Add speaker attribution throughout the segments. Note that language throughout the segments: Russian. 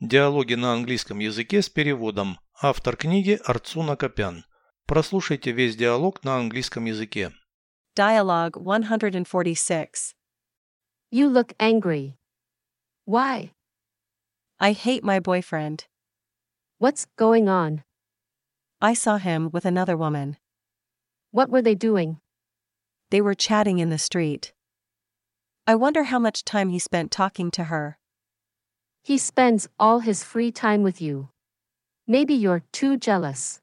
Speaker 1: Диалоги на английском языке с переводом. Автор книги Арцуна Копян. Прослушайте весь диалог на английском языке.
Speaker 2: Dialogue 146.
Speaker 3: You look angry. Why?
Speaker 2: I hate my boyfriend.
Speaker 3: What's going on?
Speaker 2: I saw him with another woman.
Speaker 3: What were they doing?
Speaker 2: They were chatting in the street. I wonder how much time he spent talking to her.
Speaker 3: He spends all his free time with you. Maybe you're too jealous.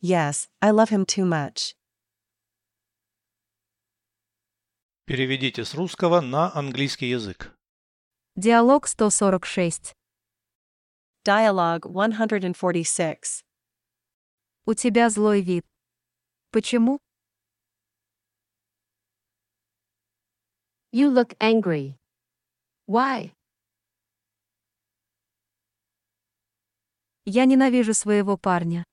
Speaker 2: Yes, I love him too much.
Speaker 1: Переведите с русского на английский язык.
Speaker 4: Диалог 146.
Speaker 2: Dialogue 146.
Speaker 4: У тебя злой вид. Почему?
Speaker 3: You look angry. Why?
Speaker 4: Я ненавижу своего парня.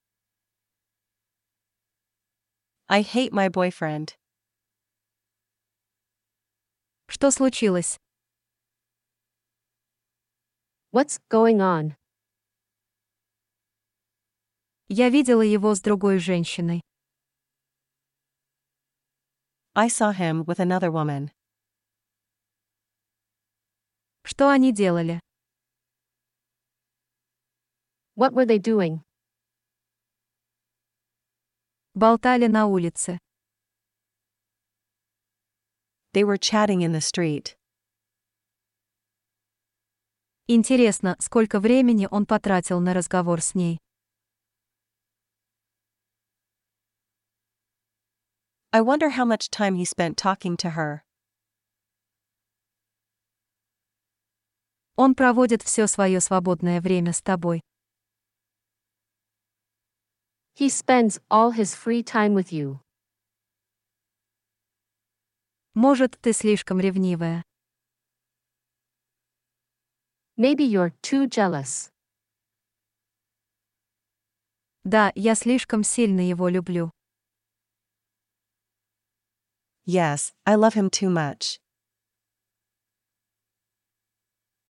Speaker 2: I hate my boyfriend.
Speaker 4: Что случилось?
Speaker 3: What's going on?
Speaker 4: Я видела его с другой женщиной.
Speaker 2: I saw him with another woman.
Speaker 4: Что они делали?
Speaker 3: What were they doing?
Speaker 4: Болтали на улице.
Speaker 2: They were chatting in the street.
Speaker 4: Интересно, сколько времени он потратил на разговор с ней.
Speaker 2: I wonder how much time he spent talking to her.
Speaker 4: Он проводит все свое свободное время с тобой.
Speaker 3: He spends all his free time with you.
Speaker 4: Может, ты слишком ревнивая.
Speaker 3: Maybe you're too jealous.
Speaker 4: Да, я слишком сильно его люблю.
Speaker 2: Yes, I love him too much.